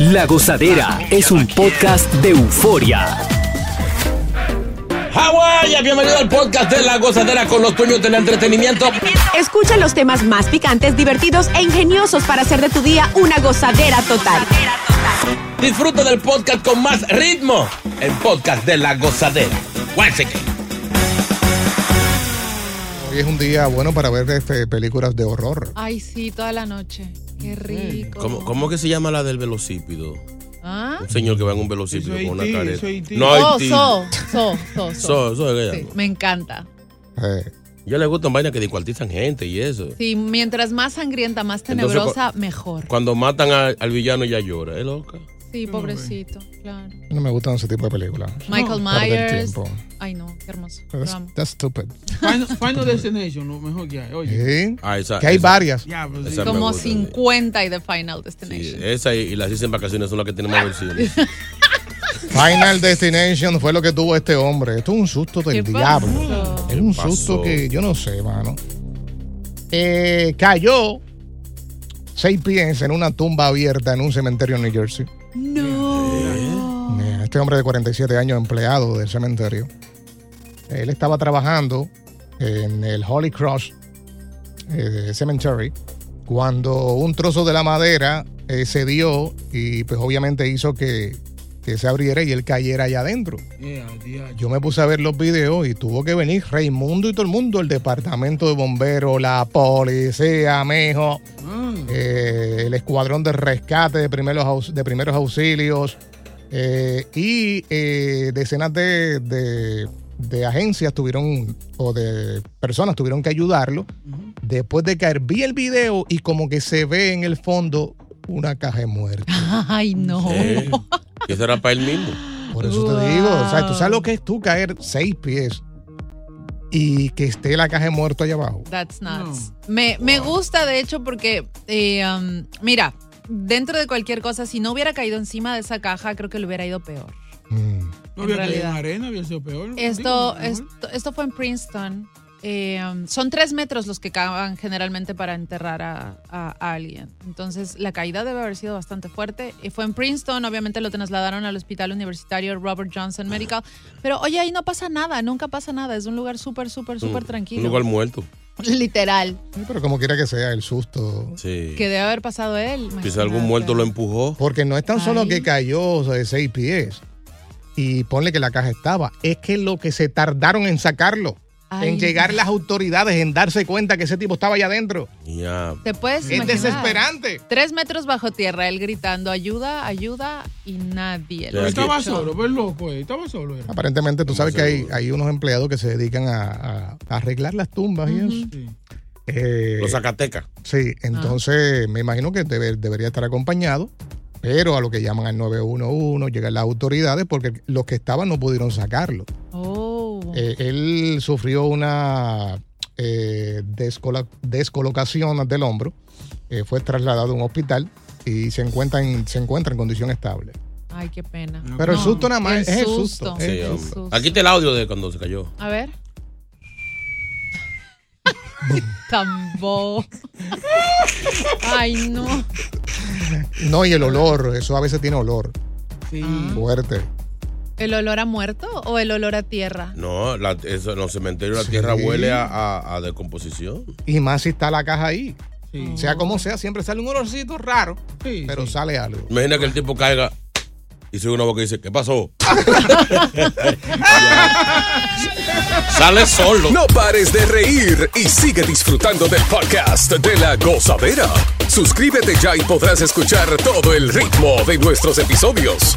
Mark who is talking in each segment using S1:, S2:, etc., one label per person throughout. S1: La Gozadera es un podcast de euforia.
S2: Hawái, bienvenido al podcast de La Gozadera con los dueños del entretenimiento.
S3: Escucha los temas más picantes, divertidos e ingeniosos para hacer de tu día una gozadera total.
S2: Disfruta del podcast con más ritmo. El podcast de La Gozadera. Once again.
S4: Hoy es un día bueno para ver este, películas de horror.
S5: Ay, sí, toda la noche. Qué rico.
S6: Mm. ¿Cómo, cómo que se llama la del velocípido?
S5: ¿Ah?
S6: Un señor que va en un velocípido con una careta. No,
S5: Oh,
S6: Haití.
S5: so, so, so, so.
S6: So, so, ella.
S5: Sí, me encanta.
S4: Eh,
S6: Ya le gustan vainas que descuartizan gente y eso.
S5: Sí, mientras más sangrienta, más
S6: Entonces,
S5: tenebrosa, mejor.
S6: Cuando matan a- al villano ella llora, es loca.
S5: Sí, pobrecito, claro.
S4: no me gustan ese tipo de películas.
S5: Michael
S4: Perder
S5: Myers.
S4: tiempo.
S5: Ay, no, qué hermoso. Lo
S4: That's,
S5: amo.
S4: that's stupid.
S7: Final, Final Destination, lo mejor que hay. Oye,
S4: Sí.
S6: Ah, esa,
S4: Que hay
S6: esa-
S4: varias.
S7: ya, pues, sí.
S6: Esa me
S5: Como
S6: gusta,
S5: 50 y The Final
S6: Sí, eh.
S5: Destination.
S6: esa y, y las hice en vacaciones son las que tienen más versiones.
S4: Final Destination fue lo que tuvo este hombre. Esto es un susto del
S5: ¿Qué
S4: diablo.
S5: pasó?
S4: Es un
S6: ¿Qué pasó?
S4: susto que yo no sé, mano. Eh, cayó seis pies en una tumba abierta en un cementerio en New Jersey.
S5: No.
S4: Eh, Este hombre de 47 años, empleado del cementerio, él estaba trabajando en el Holy Cross eh, Cemetery cuando un trozo de la madera eh, cedió y pues obviamente hizo que, que se abriera y él cayera allá adentro.
S7: Yeah, yeah.
S4: Yo me puse a ver los videos y tuvo que venir Raimundo y todo el mundo, el departamento de bomberos, la policía, mejo,
S7: Mm.
S4: eh, el escuadrón de rescate de primeros, aus- de primeros auxilios eh, y eh, decenas de, de- de agencias tuvieron o de personas tuvieron que ayudarlo.
S7: Ujú.
S4: Después de caer, vi el video y como que se ve en el fondo una caja de muertos.
S5: Ay, no.
S6: Eh, y eso era para él mismo.
S4: Por eso te digo, o sea, tú sabes
S5: Wow.
S4: lo que es tú caer seis pies y que esté la caja de muertos allá abajo.
S5: That's nuts.
S7: No.
S5: Me, me gusta, de hecho, porque, eh, um, mira, dentro de cualquier cosa, si no hubiera caído encima de esa caja, creo que le hubiera ido peor.
S4: Mm.
S7: No
S5: En
S7: había que ir
S5: realidad.
S7: en arena, había sido peor.
S5: Esto,
S7: Digo, mejor.
S5: esto, esto fue en Princeton. Eh, um, son tres metros los que cavan generalmente para enterrar a, a- a alguien. Entonces, la caída debe haber sido bastante fuerte. Y fue en Princeton, obviamente lo trasladaron al hospital universitario Robert Johnson Medical. Pero, oye, ahí no pasa nada, nunca pasa nada. Es un lugar súper, súper,
S6: Mm,
S5: súper
S6: Un-
S5: tranquilo.
S6: Un lugar muerto.
S5: Literal.
S4: Sí, Pero como quiera que sea, el susto.
S6: Sí.
S5: Que debe haber pasado él.
S6: Quizá algún
S5: imagínate.
S6: muerto lo empujó.
S4: Porque no es tan solo
S5: Ahí.
S4: que cayó o sea, de seis pies y ponle que la caja estaba, es que lo que se tardaron en sacarlo,
S5: Ay,
S4: en llegar las autoridades, en darse cuenta que ese tipo estaba allá adentro.
S6: Ya.
S5: Te puedes
S4: Es
S5: imaginar.
S4: desesperante.
S5: Tres metros bajo tierra, él gritando ayuda, ayuda y nadie.
S6: Pero
S5: lo
S6: aquí-
S7: Estaba
S5: escuchó.
S7: solo, pues loco, eh. estaba solo. Era.
S4: Aparentemente tú sabes que hay,
S6: seguro.
S4: hay unos empleados que se dedican a, a- a arreglar las tumbas y eso.
S7: Sí.
S4: Eh,
S6: Los Zacatecas.
S4: sí, entonces me imagino que debe- debería estar acompañado, pero a lo que llaman al 911 llegan las autoridades porque los que estaban no pudieron sacarlo.
S5: Oh.
S4: Eh, él sufrió una eh, descola- descolocación del hombro, eh, fue trasladado a un hospital y se encuentra en, se encuentra en condición estable.
S5: Ay, qué pena.
S7: No,
S4: Pero el
S5: No,
S4: susto nada más
S5: el
S4: es el susto.
S5: susto.
S4: es el
S6: Sí,
S5: Qué
S6: hombre.
S5: susto.
S6: Aquí está el audio de cuando se cayó.
S5: A ver. Tambor. Ay, no.
S4: susto. No, y el olor, eso a veces tiene olor
S5: ah.
S7: Sí.
S4: fuerte.
S5: ¿El olor a muerto o el olor a tierra?
S6: No, la, eso, en los cementerios la
S4: Sí.
S6: tierra huele a, a- a descomposición.
S4: Y más si está la caja ahí.
S7: Sí.
S4: Sea como sea, siempre sale un olorcito raro,
S7: Sí,
S4: pero
S7: sí.
S4: sale algo.
S6: Imagina que el tipo caiga y sube una boca y dice, ¿qué pasó? Sale solo.
S1: No pares de reír y sigue disfrutando del podcast de la gozadera. Suscríbete ya y podrás escuchar todo el ritmo de nuestros episodios.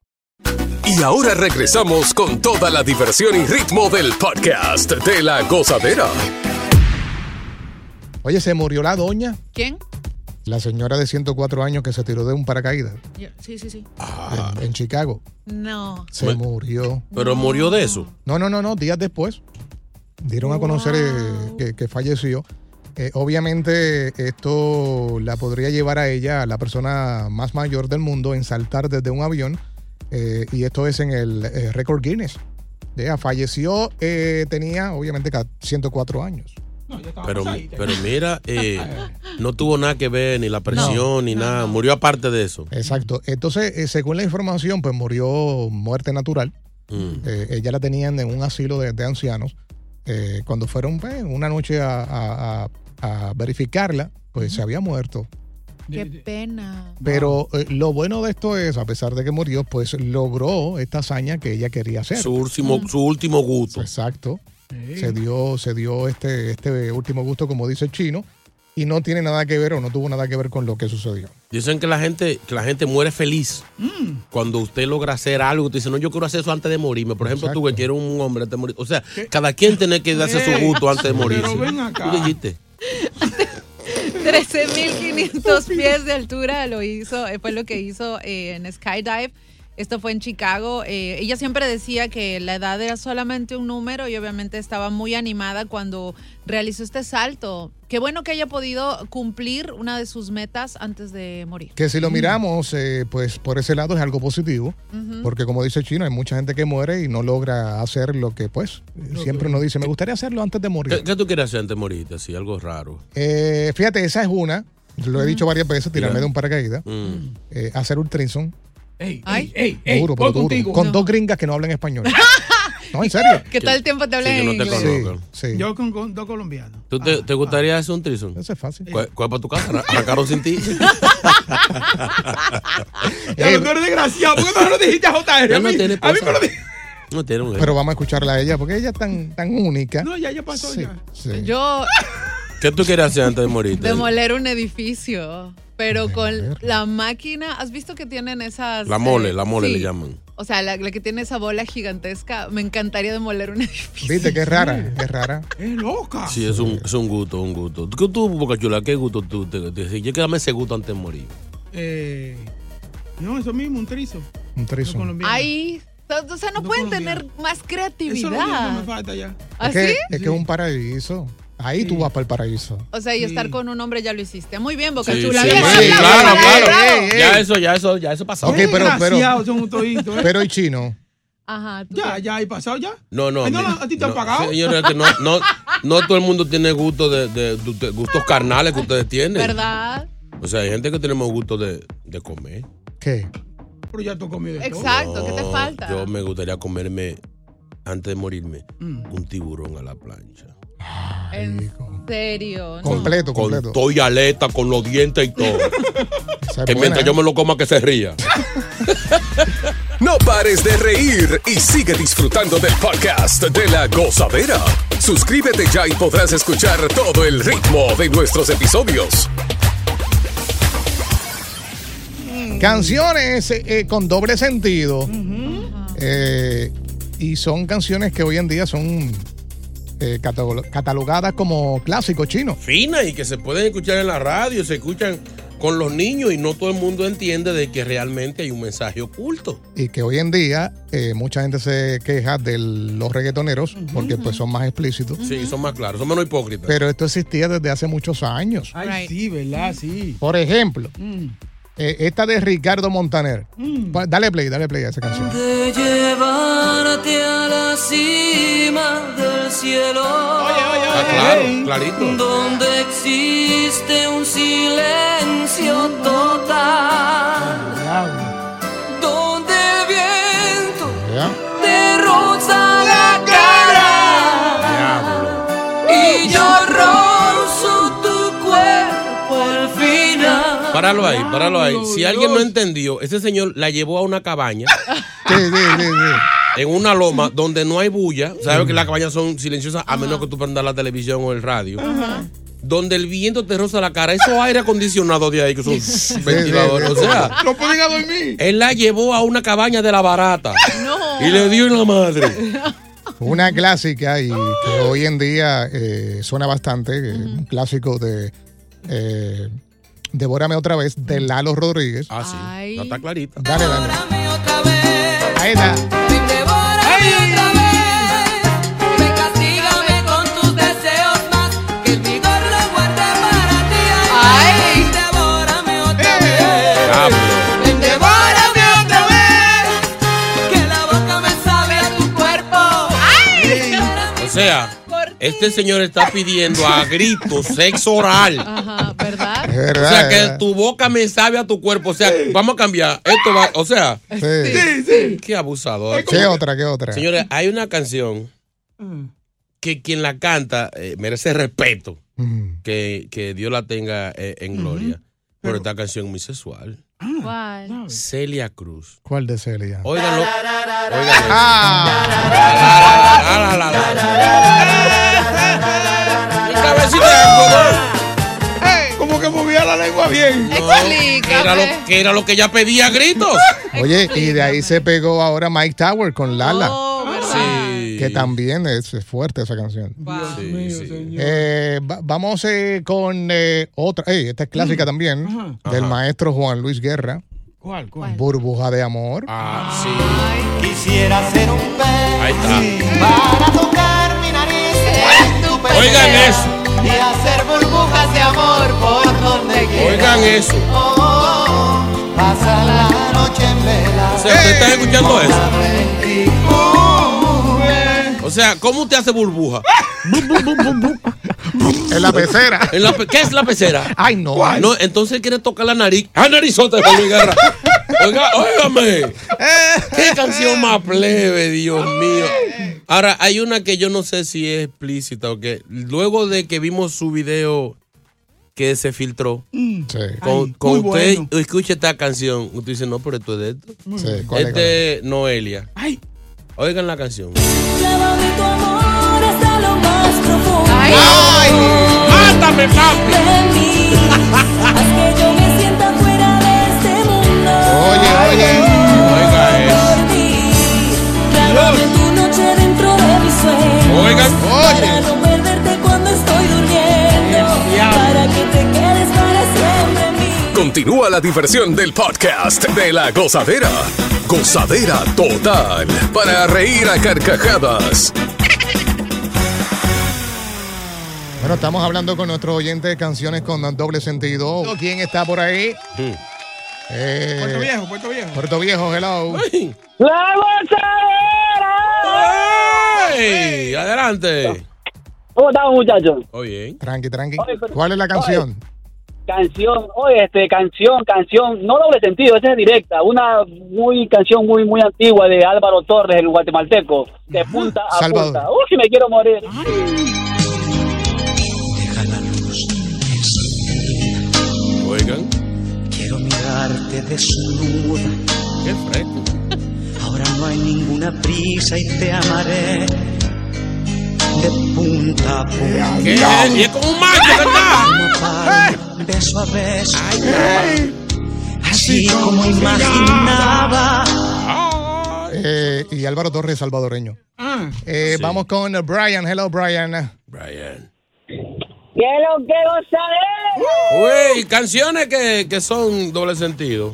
S1: Y ahora regresamos con toda la diversión y ritmo del podcast de la gozadera.
S4: Oye, se murió la doña,
S5: ¿Quién?
S4: la señora de 104 años que se tiró de un paracaídas
S5: Yo- Sí, sí, sí.
S7: Ah.
S4: en, en Chicago.
S5: No.
S4: Se
S6: Me-
S4: murió.
S6: Pero murió de eso.
S4: No, no, no, no, días después. Dieron a conocer eh, que, que falleció. Eh, obviamente esto la podría llevar a ella, a la persona más mayor del mundo, en saltar desde un avión. Eh, y esto es en el eh, récord Guinness. Ella falleció, eh, tenía obviamente ca- 104 años.
S7: No, ya estaba
S6: Pero,
S7: pasadita.
S6: pero mira, eh, no tuvo nada que ver ni la presión ni
S5: no,
S6: nada.
S5: no.
S6: Murió aparte de eso.
S4: Exacto. Entonces, eh, según la información, pues murió muerte natural.
S6: Mm.
S4: Eh, ella la tenían en un asilo de, de ancianos. Eh, cuando fueron pues, una noche a, a- a- a verificarla, pues se había muerto.
S5: Qué
S7: De- de-
S5: pena.
S4: Pero eh, lo bueno de esto es, a pesar de que murió, pues logró esta hazaña que ella quería hacer.
S6: Su último, su último gusto.
S4: Exacto.
S7: Sí.
S4: Se dio, se dio este, este último gusto, como dice el chino, y no tiene nada que ver o no tuvo nada que ver con lo que sucedió.
S6: Dicen que la gente, que la gente muere feliz. Cuando usted logra hacer algo, usted dice, no, yo quiero hacer eso antes de morirme. Por ejemplo, tú
S4: Exacto.
S6: que quieres un hombre antes de morir. O sea, cada quien tiene que darse su
S7: Ey,
S6: gusto antes de
S7: pero
S6: morirse.
S7: ven acá.
S6: Tú dijiste,
S5: 13.500 pies de altura lo hizo, eh, fue lo que hizo eh, en Skydive. Esto fue en Chicago. Eh, ella siempre decía que la edad era solamente un número y obviamente estaba muy animada cuando realizó este salto. Qué bueno que haya podido cumplir una de sus metas antes de morir.
S4: Que si
S7: Mm.
S4: lo miramos, eh, pues por ese lado es algo positivo, porque como dice el chino, hay mucha gente que muere y no logra hacer lo que pues eh, siempre uno dice, me gustaría hacerlo antes de
S6: ¿qué,
S4: morir.
S6: qué tú quieres hacer antes de morirte? Así, algo raro.
S4: Eh, fíjate, esa es una, lo he dicho varias veces, tirarme
S6: Mira.
S4: de un paracaídas,
S6: Mm.
S4: eh, hacer un trinson,
S7: Ey,
S5: Ay.
S7: ey, ey, ey,
S4: duro,
S7: voy
S4: pero duro,
S7: contigo.
S4: con
S5: No.
S4: dos gringas que no hablan español. no, en serio.
S5: ¿Qué tal el tiempo te hablé
S6: Sí, yo no
S5: en
S6: te
S5: inglés?
S4: Sí,
S6: loco.
S4: sí.
S7: Yo con, con dos colombianos.
S6: ¿Tú te, te gustaría hacer un trison?
S4: Eso es fácil.
S6: ¿Cuál, cuál para tu casa? Arran- ¿Arrancaron sin ti?
S4: Eh,
S7: Ya lo tú eres desgraciado. ¿Por qué no se lo dijiste a JR?
S6: Ya
S7: A
S6: no
S7: mí,
S6: tiene
S7: a mí
S6: esposa.
S7: me lo dije.
S6: No tiene un
S4: Pero vamos a escucharla a ella, porque ella es tan, tan única.
S7: No, ya, ya pasó.
S4: Sí,
S7: Ya.
S4: sí.
S5: Yo
S6: ¿Qué tú quieres hacer antes de morirte?
S5: demoler un edificio, pero con
S4: Demoler.
S5: la máquina, ¿has visto que tienen esas?
S6: La mole,
S5: eh,
S6: la mole
S5: sí.
S6: le llaman.
S5: O sea, la, la que tiene esa bola gigantesca, me encantaría demoler un edificio.
S4: Viste que es rara, es rara.
S7: Es loca.
S6: Sí, es un, es un gusto, un gusto. ¿Tú, tú Boca Chula, qué gusto tú te, te- Yo quiero darme ese gusto antes de morir.
S7: Eh, no, eso mismo, un trizo.
S4: Un
S7: Los
S4: trisom.
S7: colombianos.
S5: Ahí, o sea, no,
S7: No
S5: pueden
S7: colombiano.
S5: tener más
S7: Eso es lo único que me
S5: creatividad. ¿Ah,
S7: falta ya.
S4: Es
S5: ¿Así?
S4: que, es que es
S7: ¿Ah, Sí.
S4: un paraíso. Ahí tú
S7: Sí.
S4: vas para el paraíso.
S5: O sea, y
S7: Sí.
S5: estar con un hombre ya lo hiciste. Muy bien, Boca
S6: Sí,
S5: Chula.
S6: sí,
S5: Bien,
S6: sí,
S5: aplausos,
S6: claro,
S5: bravo,
S6: claro.
S5: bravo.
S4: Ey, ey.
S6: Ya eso, ya eso, ya eso pasó.
S4: Ok, pero- pero-
S7: Desgraciados son toditos, ¿eh?
S4: Pero el chino,
S5: Ajá. tú-
S7: Ya, ya, ¿y pasado ya?
S6: No, no.
S7: Ay, no,
S6: mira,
S7: no, a ti te han
S6: no,
S7: pagado.
S6: señores, que no, no, no todo el mundo tiene gusto de, de- de- de gustos carnales que ustedes tienen.
S5: ¿Verdad?
S6: O sea, hay gente que tenemos gusto de, de comer.
S4: ¿qué?
S7: Pero ya tú comido de todo.
S5: Exacto, ¿qué te
S6: No,
S5: falta?
S6: Yo me gustaría comerme, antes de morirme,
S7: Mm.
S6: un tiburón a la plancha.
S5: En
S4: Rico.
S5: serio. no.
S4: Completo, completo.
S6: Con toy aleta, con los dientes y todo.
S4: Esa es
S6: que
S4: buena,
S6: mientras
S4: ¿eh?
S6: yo me lo coma, que se ría.
S1: No pares de reír y sigue disfrutando del podcast de la gozadera. Suscríbete ya y podrás escuchar todo el ritmo de nuestros episodios.
S4: Canciones eh, eh, con doble sentido.
S7: Ah.
S4: Eh, y son canciones que hoy en día son eh, catalog- catalogadas como clásicos chinos.
S6: Finas y que se pueden escuchar en la radio, se escuchan con los niños y no todo el mundo entiende de que realmente hay un mensaje oculto.
S4: y que hoy en día eh, mucha gente se queja de los reggaetoneros porque pues son más explícitos.
S6: Sí, son más claros, son menos hipócritas.
S4: Pero esto existía desde hace muchos años.
S7: Ay,
S5: Right.
S7: sí, ¿verdad? Sí.
S4: Por ejemplo,
S7: Mm.
S4: eh, esta de Ricardo Montaner. Pa- Dale play, dale play a esa canción.
S8: de llevarte a la cima del cielo,
S7: Oye, oye,
S6: Está
S4: Ah,
S7: oye.
S6: Ah, claro,
S7: ey.
S6: clarito.
S8: donde existe un silencio total,
S7: Diablo.
S8: donde el viento final.
S6: Páralo ahí, páralo ahí. Si alguien no entendió, ese señor la llevó a una cabaña
S4: Sí, sí, sí, sí.
S6: en una loma donde no hay bulla. Sabes que las cabañas son silenciosas a menos que tú prendas la televisión o el radio. Donde el viento te roza la cara. Esos aire acondicionado de ahí que son ventiladores. O sea,
S7: No pueden a dormir.
S6: él la llevó a una cabaña de la barata
S5: No.
S6: y le dio en la madre.
S4: Una clásica y que hoy en día eh, suena bastante, eh, un clásico de eh, Devórame otra vez de Lalo Rodríguez.
S6: Ah, sí.
S5: Ay.
S6: No está clarita.
S4: Dale, dale.
S8: Dame otra vez,
S4: Ahí está.
S8: devórame otra vez. Ven, castígame con tus deseos más. Que el vigor lo guarde para ti. Ay, ven, devórame otra
S6: Eh.
S8: vez.
S6: Diablo.
S8: Ven, devórame otra vez. Que la boca me sabe a tu cuerpo.
S6: O sea, este señor está pidiendo a gritos sexo oral.
S5: Ajá, ¿verdad?
S4: Es
S6: O
S4: verdad.
S6: sea,
S4: es
S6: que
S4: verdad.
S6: tu boca me sabe a tu cuerpo. O sea, vamos a cambiar. Esto va, o sea,
S4: Sí.
S7: Sí, sí.
S6: qué abusador.
S4: ¿Qué otra? ¿Qué otra?
S6: Señores, hay una canción que quien la canta eh, merece respeto.
S4: Mm.
S6: Que, que Dios la tenga eh, en gloria. Pero esta canción es muy sexual.
S5: ¿Cuál?
S6: Celia Cruz.
S4: ¿Cuál de Celia?
S6: Óiganlo. Óiganlo.
S4: Ah,
S6: La, la, la, la, la. Mi cabecita
S7: Como que movía la lengua bien.
S6: de algodón. No, que
S5: Explícame.
S6: era lo- que era lo que ella pedía a gritos.
S4: oye, y de ahí se pegó ahora Mike Tower con Lala,
S5: Oh, ¿verdad?
S6: Sí.
S4: que también es es fuerte esa canción.
S5: Wow.
S6: Sí, sí.
S4: Eh, va- vamos eh, con eh, otra. Ey, esta es clásica también, del maestro Juan Luis Guerra.
S7: ¿Cuál, cuál?
S4: Burbuja de amor.
S6: Ah, sí. Quisiera ser un pez. Ahí está. Oigan eso,
S8: burbujas de amor por donde
S6: oigan eso.
S8: Pasa la noche en vela.
S6: O sea, ¿usted está escuchando eso? O sea, ¿cómo usted hace burbuja?
S4: En la pecera.
S6: En la pe- ¿Qué es la pecera?
S4: Ay, no.
S6: No, entonces él quiere tocar la nariz. ¡Ah, narizota de Pablo Guerra! Oiga, óigame. ¡Qué canción más plebe, Dios mío! Ahora, hay una que yo no sé si es explícita o qué. Luego de que vimos su video que se filtró,
S4: Sí,
S6: con,
S7: Ay,
S6: con
S7: muy
S6: usted
S7: bueno.
S6: escucha esta canción, usted dice, no, pero esto es de esto.
S4: sí. ¿Cuál es?
S6: Este es Noelia.
S7: Ay,
S6: Oigan la canción.
S8: Clavo de tu amor hasta lo más profundo
S5: Ay,
S6: ¡Mátame, papi!
S8: de mí. Haz que yo me sienta fuera de este mundo.
S4: Oh, Oye, oye.
S6: Oiga eso.
S8: Por ti. Clávame tu noche dentro de mi sueño.
S6: Oigan,
S8: Para no perderte cuando estoy durmiendo. Para que te quedes para siempre en mí.
S1: Continúa la diversión del podcast de la gozadera. Gozadera total. Para reír a carcajadas.
S4: Bueno, estamos hablando con nuestro oyente de canciones con doble sentido. ¿Quién está por ahí?
S6: Sí.
S4: Eh,
S7: Puerto Viejo, Puerto Viejo.
S4: Puerto Viejo, hello.
S9: ¡La gozadera!
S6: ¡Ey! ¡Adelante!
S9: ¿Cómo estamos, muchachos?
S6: Oye,
S4: Tranqui, tranqui.
S9: Oye, pero-
S4: ¿Cuál es la canción?
S9: Canción, oye, este, canción, canción, no doble sentido, esa es directa, una muy canción muy, muy antigua de Álvaro Torres, el guatemalteco, de punta a
S4: Salvador.
S9: punta. ¡Uy, si me quiero morir!
S6: oigan.
S10: Quiero mirarte desnuda,
S6: ¡Qué fresco!
S10: ahora no hay ninguna prisa y te amaré de punta a punta.
S6: ¿Qué? ¡Y es como un macho que está!
S10: Como par, beso a beso, así como imaginaba.
S4: Eh, y Álvaro Torres, salvadoreño.
S7: Ah,
S4: Eh, Vamos con eh, Brian. Hello, Brian.
S6: Brian.
S9: ¡Qué lo que gozadera!
S6: Uy, canciones que, que son doble sentido.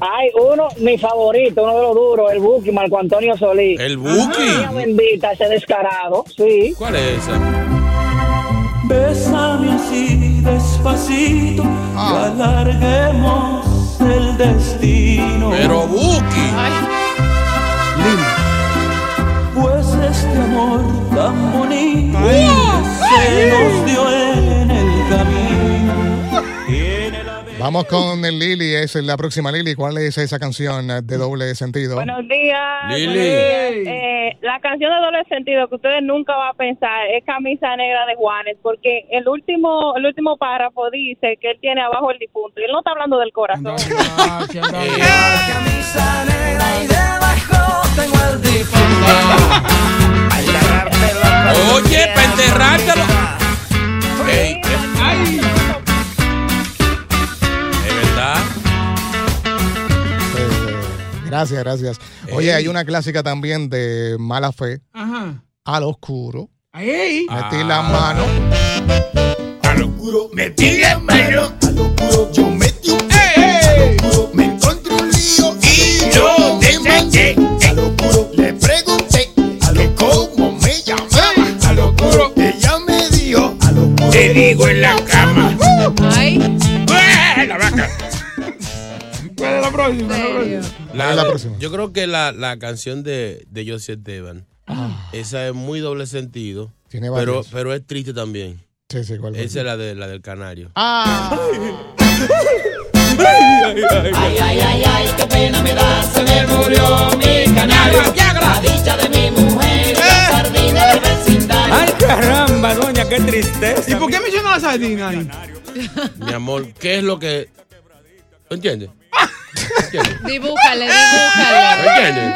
S9: Hay uno, mi favorito, uno de los duros, el Buki, Marco Antonio Solís.
S6: El
S8: Ah,
S6: Buki.
S9: bendita, ese descarado, sí.
S6: ¿Cuál es esa?
S8: Bésame así despacito y alarguemos el destino.
S6: Pero Buki.
S5: Ay,
S8: Pues este amor tan bonito se nos dio en el camino. Tiene la
S4: Vamos con el Lili, es la próxima Lili. ¿Cuál es esa canción de doble sentido?
S11: Buenos días.
S4: Lili.
S11: buenos días. Eh, la canción de doble sentido que ustedes nunca van a pensar es Camisa Negra de Juanes, porque el último el último párrafo dice que él tiene abajo el difunto. Y él no está hablando del corazón.
S4: Eh.
S8: Camisa negra y debajo tengo el difunto.
S6: Oye, para enterrártelo. Ey,
S8: Ay.
S6: de verdad.
S4: Gracias, gracias. Oye,
S6: Ey.
S4: hay una clásica también de Mala Fe,
S7: Ajá.
S4: Al Oscuro.
S7: Ahí.
S4: Metí la mano.
S8: Metí la mano. A lo puro yo metí un pie. A lo puro me encontré un lío y yo te manché. A lo puro le pregunté a lo cómo me llamaba. A lo puro ella me dijo. A lo puro te digo en la cama.
S5: Ay.
S8: La vaca.
S7: ¿Cuál es la próxima?
S4: La, la próxima.
S6: Yo creo que la, la canción de, de José Esteban, esa es muy doble sentido,
S4: Ah. Tiene
S6: pero,
S4: varios.
S6: pero es triste también.
S4: Sí, sí, ¿cuál
S6: Esa es la, de, la del canario.
S4: Ah.
S8: Ay, ay, ay, ay, qué pena me da, se me murió mi canario. La dicha de mi mujer, la sardina del vecindario.
S12: Ay, caramba, doña, qué tristeza.
S7: ¿Y por qué me llenó la sardina ahí?
S6: Mi amor, ¿qué es lo que...? ¿Tú entiendes?
S5: Dibújale,
S6: Eh.
S5: dibújale.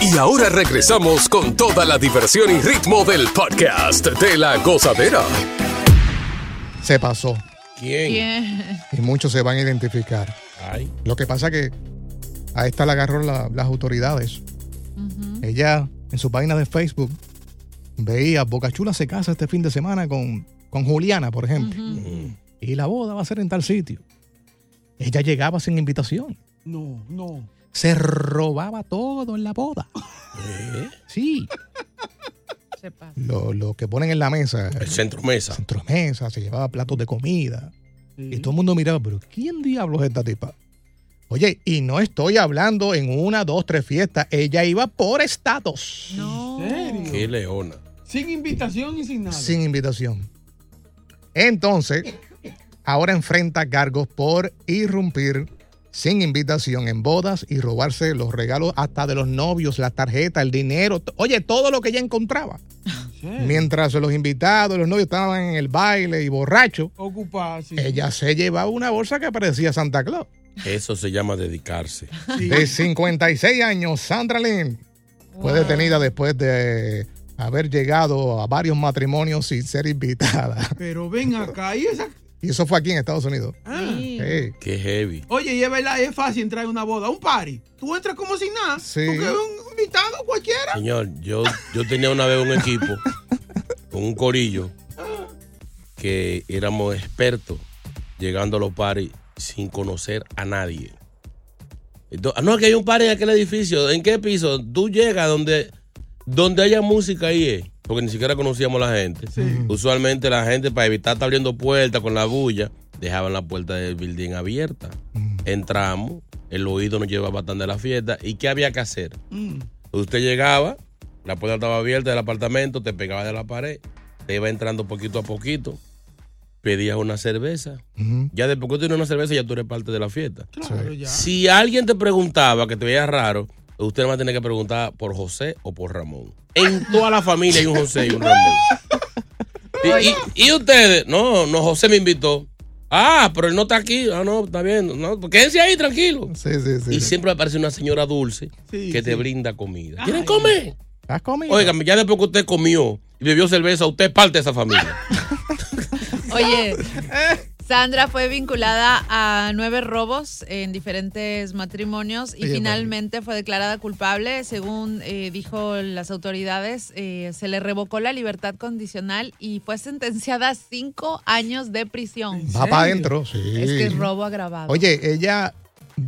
S1: Y ahora regresamos con toda la diversión y ritmo del podcast de la gozadera.
S4: Se pasó.
S5: ¿Quién?
S4: Y muchos se van a identificar. Lo que pasa que a esta la agarró la- las autoridades. Ella, en su página de Facebook, veía Bocachula se casa este fin de semana con, con Juliana, por ejemplo. Y la boda va a ser en tal sitio. Ella llegaba sin invitación.
S7: No, no.
S4: Se robaba todo en la boda. Sí. Lo, lo que ponen en la mesa.
S6: El centro mesa.
S4: Centro mesa, se llevaba platos de comida. Y todo el mundo miraba, pero ¿quién diablos es esta tipa? Oye, y no estoy hablando en una, dos, tres fiestas. Ella iba por estatus.
S6: Qué leona.
S7: Sin invitación y sin nada.
S4: Sin invitación. Entonces, ahora enfrenta cargos por irrumpir sin invitación en bodas y robarse los regalos hasta de los novios, la tarjeta, el dinero. t- Oye, todo lo que ella encontraba.
S7: Eh.
S4: Mientras los invitados, los novios estaban en el baile y borrachos,
S7: Ocupada, sí.
S4: ella se llevaba una bolsa que parecía Santa Claus.
S6: Eso se llama dedicarse.
S4: De 56 años, Sandra Lynn fue detenida después de haber llegado a varios matrimonios sin ser invitada.
S7: Pero ven acá y esa.
S4: Y eso fue aquí en Estados Unidos.
S7: Ah.
S4: Sí.
S6: Qué heavy.
S7: Oye, y es verdad, es fácil entrar en una boda, a un party. Tú entras como sin nada.
S6: Sí.
S7: Porque es un invitado cualquiera.
S6: Señor, yo, yo tenía una vez un equipo con un corillo que éramos expertos llegando a los paris sin conocer a nadie. Ento- ah, no, que hay un party en aquel edificio. ¿En qué piso? Tú llegas donde, donde haya música ahí es. Porque ni siquiera conocíamos a la gente. Usualmente la gente, para evitar estar abriendo puertas con la bulla, dejaban la puerta del building abierta. Entramos, el oído nos llevaba tan de la fiesta. ¿Y qué había que hacer?
S7: Mm,
S6: Usted llegaba, la puerta estaba abierta del apartamento, te pegabas de la pared, te iba entrando poquito a poquito, pedías una cerveza. Ya después que tú tienes una cerveza, ya tú eres parte de la fiesta. Si alguien te preguntaba que te veía raro, usted va a tener que preguntar por José o por Ramón. En toda la familia hay un José y un Ramón. Y, y- y ustedes, no, no, José me invitó. Ah, pero él no está aquí. Ah, no, está bien. No, pues quédense ahí, tranquilo. Y siempre aparece una señora dulce
S7: Sí,
S6: que te
S7: sí.
S6: brinda comida.
S7: ¿Quieren comer?
S4: ¿Has comido?
S6: Óigame, ya después que usted comió y bebió cerveza, usted es parte de esa familia.
S5: Oye, Sandra fue vinculada a nueve robos en diferentes matrimonios y
S13: Oye,
S5: finalmente fue declarada culpable. Según eh, dijo las autoridades, eh, se le revocó la libertad condicional y fue sentenciada a cinco años de prisión.
S4: Va para adentro. Sí.
S5: Es que es robo agravado.
S4: Oye, ella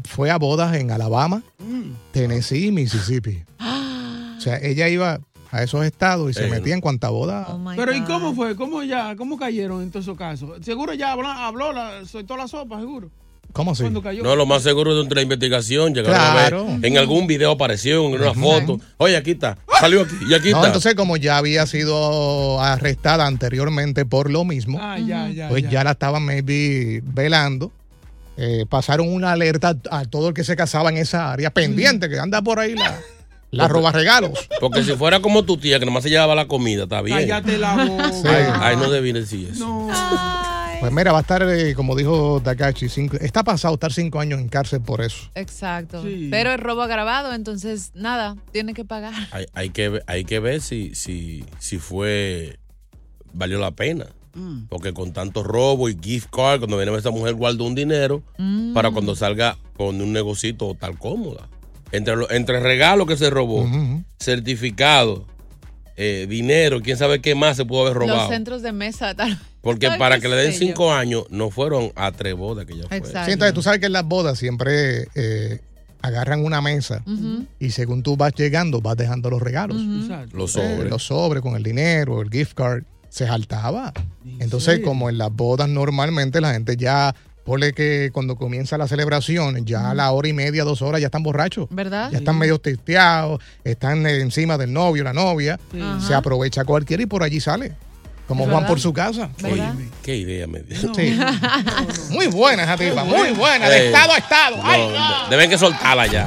S4: fue a bodas en Alabama,
S5: Mm.
S4: Tennessee y Mississippi. O sea, ella iba a esos estados y se
S7: Eh.
S4: metía en cuanta boda.
S5: Oh
S7: Pero ¿y cómo fue? ¿Cómo ya? ¿Cómo cayeron en todos esos casos? Seguro ya habló, habló la, soltó la sopa, seguro.
S4: ¿Cómo así?
S6: No, lo más seguro es de una investigación. Llegaron a
S4: Claro.
S6: ver. En algún video apareció, en una foto. Oye, aquí está. Salió aquí y aquí
S4: No,
S6: está.
S4: entonces como ya había sido arrestada anteriormente por lo mismo,
S7: Ah,
S4: pues ya. la estaban maybe velando. Eh, pasaron una alerta a a todo el que se casaba en esa área pendiente, que anda por ahí la, la
S6: Porque-
S4: roba regalos.
S6: Porque si fuera como tu tía, que nomás se llevaba la comida, está bien.
S7: Cállate la boca.
S6: Ay, ay, no debí decir eso.
S4: Pues mira, va a estar, eh, como dijo Takashi, cinco- está pasado estar cinco años en cárcel por eso.
S5: Exacto.
S4: Sí.
S5: Pero es robo agravado, entonces nada, tiene que pagar.
S6: Hay, hay que, ver- hay que ver si, si, si fue. valió la pena.
S5: Mm.
S6: Porque con tanto robo y gift card, cuando viene esta mujer, guardó un dinero
S5: Mm.
S6: para cuando salga con un negocito tal cómoda. Entre, lo- entre regalos que se robó, certificado, eh, dinero, quién sabe qué más se pudo haber
S5: Los
S6: robado.
S5: centros de mesa, tal.
S6: Porque
S5: Ay,
S6: para
S5: qué
S6: que le den
S5: sé
S6: cinco años, no fueron a tres bodas que ya fue.
S5: Exacto.
S4: Sí, entonces tú sabes que en las bodas siempre eh, agarran una mesa
S5: Ujú.
S4: y según tú vas llegando, vas dejando los regalos.
S7: Mm.
S6: Los
S4: Eh,
S6: sobres.
S4: los sobres con el dinero, el gift card, se saltaba. Entonces, como en las bodas normalmente la gente ya, ponle que cuando comienza la celebración, ya a la hora y media, dos horas, ya están borrachos.
S5: ¿Verdad?
S4: Ya están medio testeados, están eh, encima del novio, la novia.
S5: Sí.
S4: Se
S5: Ajá.
S4: aprovecha cualquiera y por allí sale. Como
S5: Es
S4: Juan
S5: verdad.
S4: por su casa.
S5: ¿Verdad?
S6: Qué idea me dio.
S4: Sí. Muy buena esa tipa, muy buena, de
S6: Eh,
S4: estado a estado.
S6: no,
S4: Ay,
S6: de- deben que soltarla ya.